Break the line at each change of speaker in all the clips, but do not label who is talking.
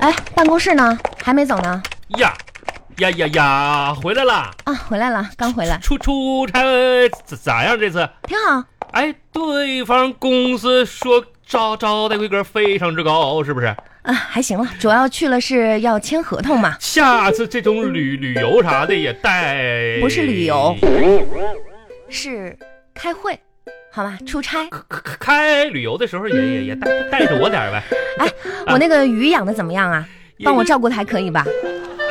哎，办公室呢？还没走呢？
呀，呀呀呀，回来啦！
啊，回来了，刚回来，
出出差咋咋样？这次？
挺好。
哎，对方公司说招招待规格非常之高，是不是？
啊，还行了，主要去了是要签合同嘛，
下次这种旅旅游啥的也带。
不是旅游是开会，啊好吧，出差。
开，开开旅游的时候也也也带带着我点儿呗。
我那个鱼养的怎么样啊？帮我照顾的还可以吧？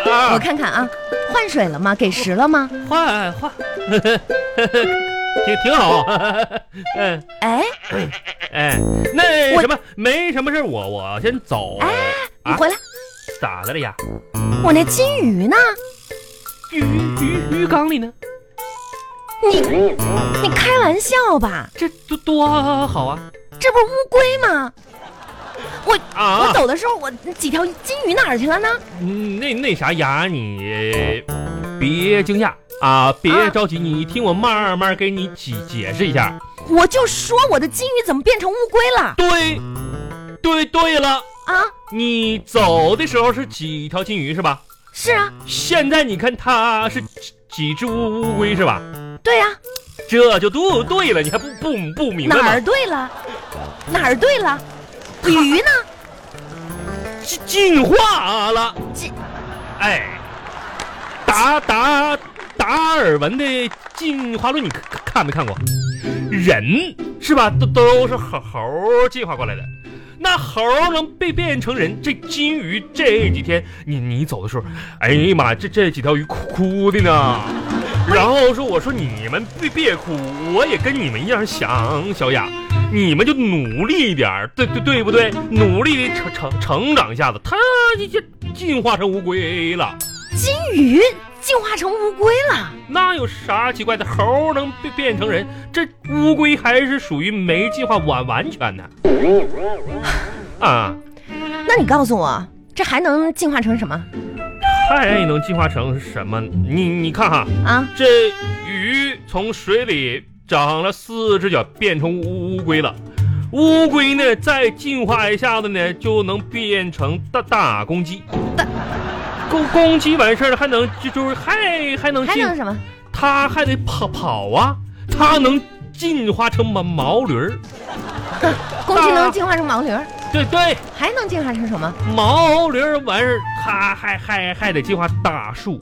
啊，
我看看啊，换水了吗？给食了吗？
换换， 挺挺好。 嗯，
哎，
哎，那
我
什么，没什么事儿我我先走。
哎你
啊
回来，
咋的了呀？
我那金鱼呢？
鱼鱼鱼缸里呢？
你你开玩笑吧？
这多多好啊！
这不是乌龟吗？我我
啊，
走的时候，我几条金鱼哪儿去了呢？
嗯那那啥呀，你别惊讶啊，
啊
别着急，你听我慢慢给你解解释一下。
我就说我的金鱼怎么变成乌龟了
对，对对了，
啊？
你走的时候是几条金鱼是吧？
是啊，
现在你看它是几几只乌乌龟是吧？
对啊呀、
这就对对了，你还不不不明白
哪儿
吗？
对了？哪儿对了？鱼 呢？
进进化了，
进
哎，达达达尔文的进化论你看看没看过？人是吧？都都是猴猴儿进化过来的。那猴儿能被变成人，这金鱼这几天你你走的时候，哎呀妈，这这几条鱼哭哭的呢。然后说我说你们别别哭，我也跟你们一样想小雅，你们就努力一点儿，对对对不对？努力地成成成长一下子，它就就进化成乌龟了。
金鱼进化成乌龟了？
那有啥奇怪的？猴能变变成人，这乌龟还是属于没进化完完全的。啊，
那你告诉我，这还能进化成什么
还能进化成什么？你你看哈，
啊？
这鱼从水里长了四只脚，变成乌乌龟了。乌龟呢，再进化一下子呢，就能变成大大公鸡。
大
公公鸡完事儿了，还能就就是还还能
还
进
能什么？
它还得跑跑啊，它能进化成毛毛驴儿。
公鸡能进化成毛驴儿，
对对，
还能进化成什么？
毛驴儿完事儿，它还还还得进化大树。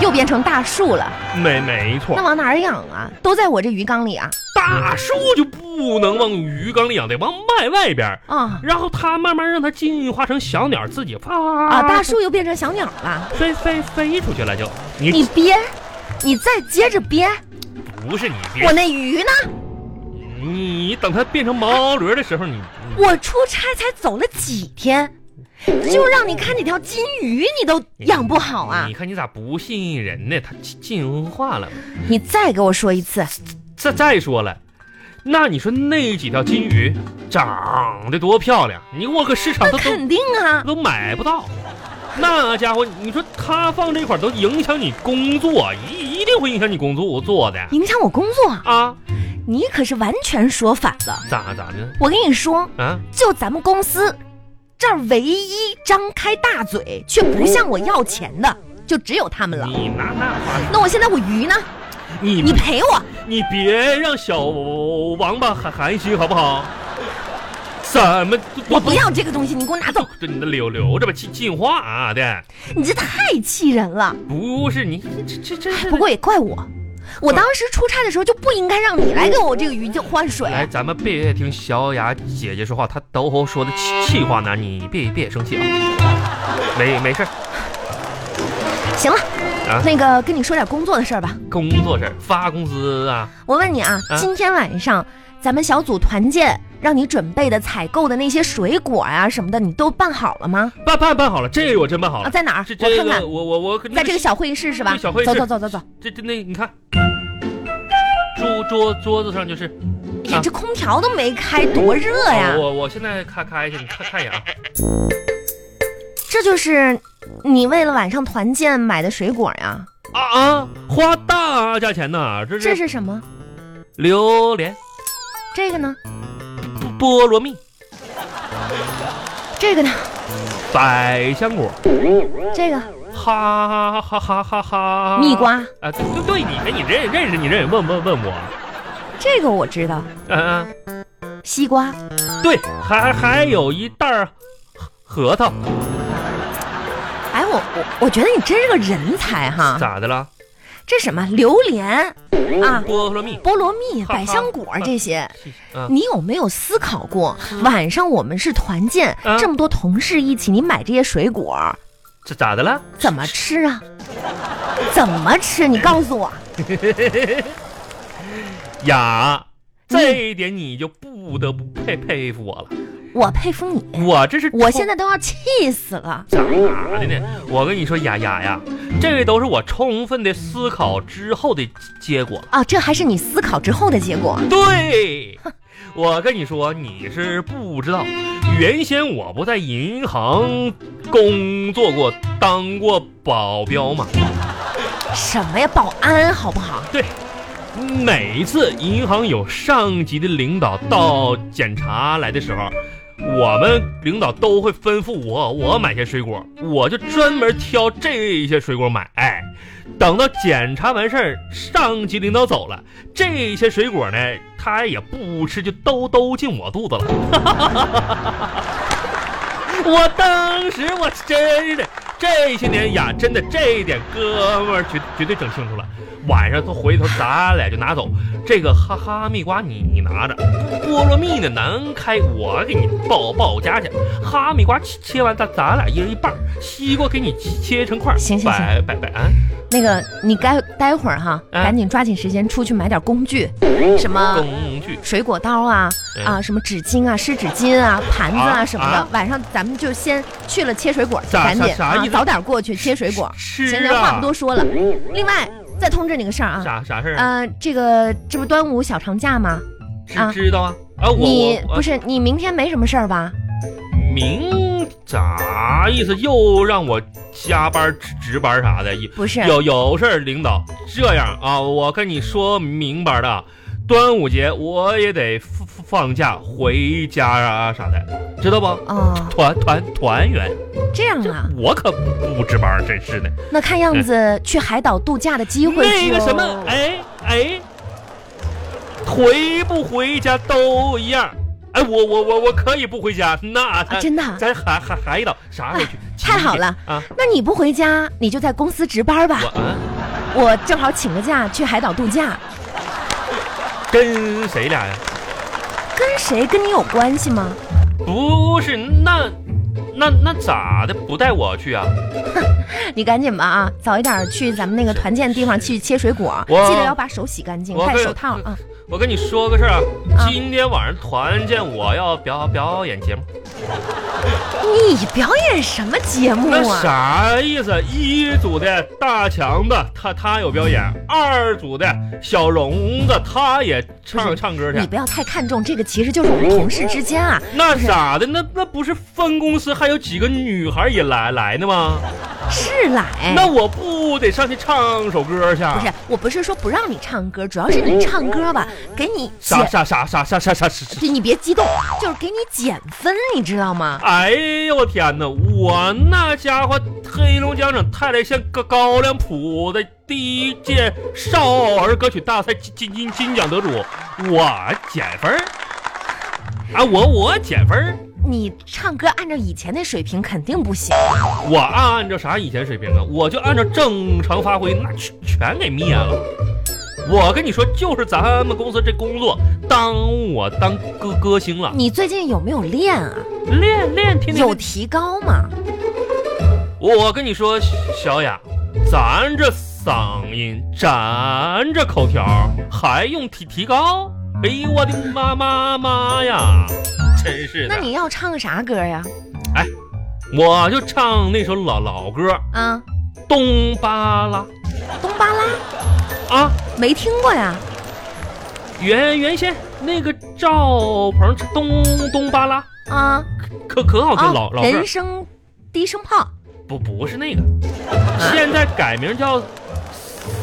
又变成大树了？
没没
那
错，
往哪儿养啊？都在我这鱼缸里啊！
大树就不能往鱼缸里养，得往外外边儿。
啊、
然后它慢慢让它进化成小鸟，自己啪
啊！大树又变成小鸟了？
飞飞飞出去了就。你
你憋，你再接着憋，
不是你
我
别，
那鱼呢？
你等它变成毛驴儿的时候，你你
我出差才走了几天，就让你看几条金鱼，你都养不好啊
你！看你咋不信人呢？它进进化了。
你再给我说一
啊
次，
再再说了，那你说那几条金鱼长得多漂亮，你我搁市场
那
都都
肯定啊！
都买不到。那家伙，你说它放这块儿都影响你工作，一一定会影响你工作做的
影响我工作，
啊？
你可是完全说反了。
咋咋的
我跟你说，
啊？
就咱们公司这儿唯一张开大嘴却不向我要钱的，就只有他们了。
你那那话，
那我现在我鱼呢？
你
你
你
赔我！
你别让小王八寒寒心好不好？怎么
我不要这个东西，你给我拿走！
这你留留着吧，进进化啊的，
你这太气人了。
不是你这这这
不过也怪我，我当时出差的时候就不应该让你来给我这个鱼就换水。
来，咱们别听小雅姐姐说话，她都说的气气话呢，你别别生气啊，没没事儿，
行了，
啊
那个跟你说点工作的事儿吧。
工作事儿发工资啊，
我问你啊，
啊
今天晚上咱们小组团建让你准备的采购的那些水果啊什么的，你都办好了吗？
办办办好了，这我真办好
啊，
了，
在哪儿
这？
我
哦这
看看
个，我我我
在这个
个
小会议室是吧
这？小会议
走
室啊
走走走走。
这这那你看，桌桌桌子上就是，
哎呀，
啊
这空调都没开，多热呀！
哦我我现在开开一下，你看看一眼啊，
这就是你为了晚上团建买的水果呀？
啊啊，花大价钱呢，这
这
是
是什么？
榴莲、
这个呢？
菠萝蜜、
这个呢？
百香果，
这个
哈哈哈哈哈，
蜜瓜，
啊，对对对，你哎你认认识你认识问问问我，
这个我知道，
嗯、啊、
西瓜，
嗯，对，还还有一袋儿核桃，
哎，我我我觉得你真是个人才哈。
咋的了？
这什么榴莲啊，
菠萝蜜，
菠萝蜜、
哈哈
百香果这些，
嗯、
你有没有思考过，晚上我们是团建，
嗯
这么多同事一起，你买这些水果
这咋的了？
怎么吃啊？怎么吃？你告诉我，
雅，这一点你就不得不佩佩服我了，
我佩服你，
我这是
我现
在
在都要气死了。
咋的呢？我跟你说，雅雅呀，这都是我充分的思考之后的结果了。
啊，这还是你思考之后的结果。
对，我跟你说，你是不知道，原先我不在银行工作过，当过保镖嘛。
什么呀，保安好不好？
对，每一次银行有上级的领导到检查来的时候，我们领导都会吩咐我，我买些水果，我就专门挑这些水果买。哎，等到检查完事儿，上级领导走了，这些水果呢，他也不吃，就都都进我肚子了。 我当时我真是的，这些年呀，真的这一点哥们儿绝绝对整清楚了。晚上他回头，咱俩就拿走这个哈哈蜜瓜你，你拿着；菠萝蜜呢，南开我给你报报价去。哈密瓜切切完，咱咱俩一人一半儿；西瓜给你切成块儿。
行行行
百百百啊！
那个，你该待会儿哈，
嗯
赶紧抓紧时间出去买点啊工具，什么
工具
水果刀啊
嗯
啊，什么纸巾啊、湿纸巾啊、盘子啊
啊
什么的
啊。
晚上咱们就先去了切水果，
啥
赶紧
啥啥
啊
意，思
早点过去切水果。
吃
行行，话
啊
不多说了。另外，再通知你个事儿啊，
啥啥事儿啊？
呃，这个这不端午小长假吗？啊
知知道啊？啊，我
你
我
不是你明天没什么事儿吧？
明咋意思？又让我加班值值班啥的？
不是，
有有事儿，领导这样啊，我跟你说明白的，端午节我也得放放假回家啊啥的，知道不？
哦，
团团团圆，
这样啊，
我可不不值班，真是的。
那看样子去海岛度假的机会
那个
就
什么，哎哎，回不回家都一样。哎，我我我我可以不回家，那
啊，
咱、
真的啊。
咱海海海岛啥时候去？
太好了
啊！
那你不回家，你就在公司值班吧
我。啊，
我正好请个假去海岛度假，
跟谁俩呀？
跟谁跟你有关系吗？
不是，那那那咋的不带我去啊？
你赶紧吧啊，早一点去咱们那个团建地方去切水果，
我
记得要把手洗干净，
我
戴
会
手套啊。
我跟你说个事儿啊
啊，
今天晚上团建我要表表演节目，
你表演什么节目
那
啊？
啥意思？一组的大强子他他有表演，二组的小龙子他也
不
唱
是
唱歌
你
去。
不要太看重这个，其实就是我们同事之间啊，
那咋的？那那不是分公司还有几个女孩也来来呢吗？
是来。
那我不得上去唱首歌去？
不是，我不是说不让你唱歌，主要是你唱歌吧，给你
啥
减，
啥啥啥啥啥啥啥？
对你别激动，就是给你减分，你知道吗？
哎呦我天哪！我那家伙黑龙江省泰来县高高粱铺的第一届少儿歌曲大赛金金金金奖得主，我减分儿啊！我我减分儿
你唱歌按照以前那水平肯定不行。
我按照啥以前水平啊？我就按照正常发挥，那全全给灭了。我跟你说，就是咱们公司这工作耽误我当歌歌星了，
你最近有没有练啊？
练练天天
有提高吗？
我跟你说，小雅，咱这嗓音，咱这口条，还用提提高？哎呦，我的妈妈妈呀！真是
那
的，
你要唱啥歌呀？
我就唱那首老老歌《
啊，
东巴拉
东巴拉》
啊，
没听过呀？
原原先那个赵鹏唱东东巴拉，
啊
可可好听
啊
老、老歌
人，生低声炮，
不不是那个，
嗯
现在改名叫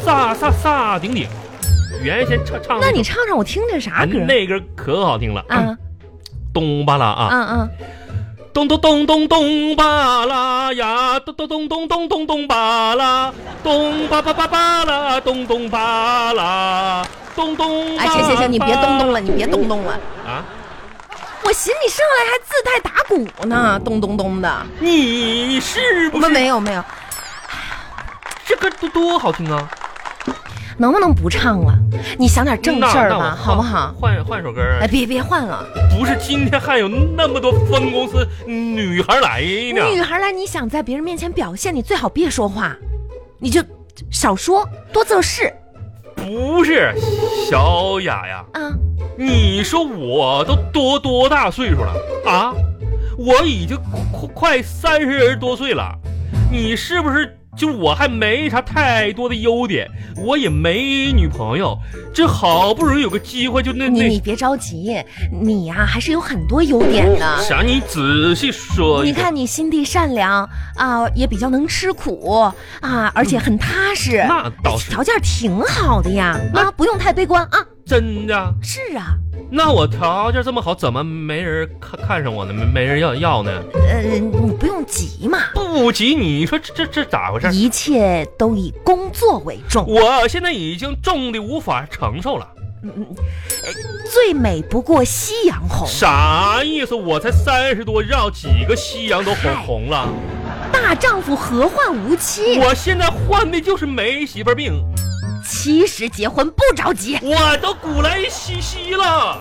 萨萨萨顶顶，原先唱唱
那
首
你唱唱我
哎
听听啥歌？
那歌可好听了
啊
咚巴拉啊，
啊啊！
咚咚咚咚咚巴拉呀，咚咚咚咚咚咚咚巴拉，咚巴巴巴巴拉，咚咚巴拉，咚咚巴。
哎，啊行行行，你别咚咚了，你别咚咚了。
啊！
我寻你上来还自带打鼓呢，咚咚咚的。
你是不
没
是
没有没有，
这歌多多好听啊？
能不能不唱了？你想点正事儿
那那我
吧，好不好？
换换首歌啊
哎，！别别换了，
不是今天还有那么多分公司女孩来呢？
女孩来，你想在别人面前表现，你最好别说话，你就少说，多做事
不是小雅呀，
啊。
你说我都多多大岁数了啊？我已经快快三十多岁了，你是不是就我还没啥太多的优点，我也没女朋友，这好不容易有个机会就那
你你
那
别着急，你呀、还是有很多优点的。
啥？你仔细说一
你
说，
看你心地善良啊、也比较能吃苦啊，而且很踏实，
嗯
哎
那倒是
条件挺好的呀啊，不用太悲观啊。
真的？
是啊，
那我条件这么好，怎么没人看看上我呢？没没人要要呢？
呃，你不用急嘛，
不急，你说这这这咋回事？
一切都以工作为重，
我现在已经重的无法承受了，
最美不过夕阳红。
啥意思？我才三十多，绕几个夕阳都红
嗨
红了。
大丈夫何患无妻？
我现在患的就是没媳妇儿病，
其实结婚不着急。
我都古来稀稀了。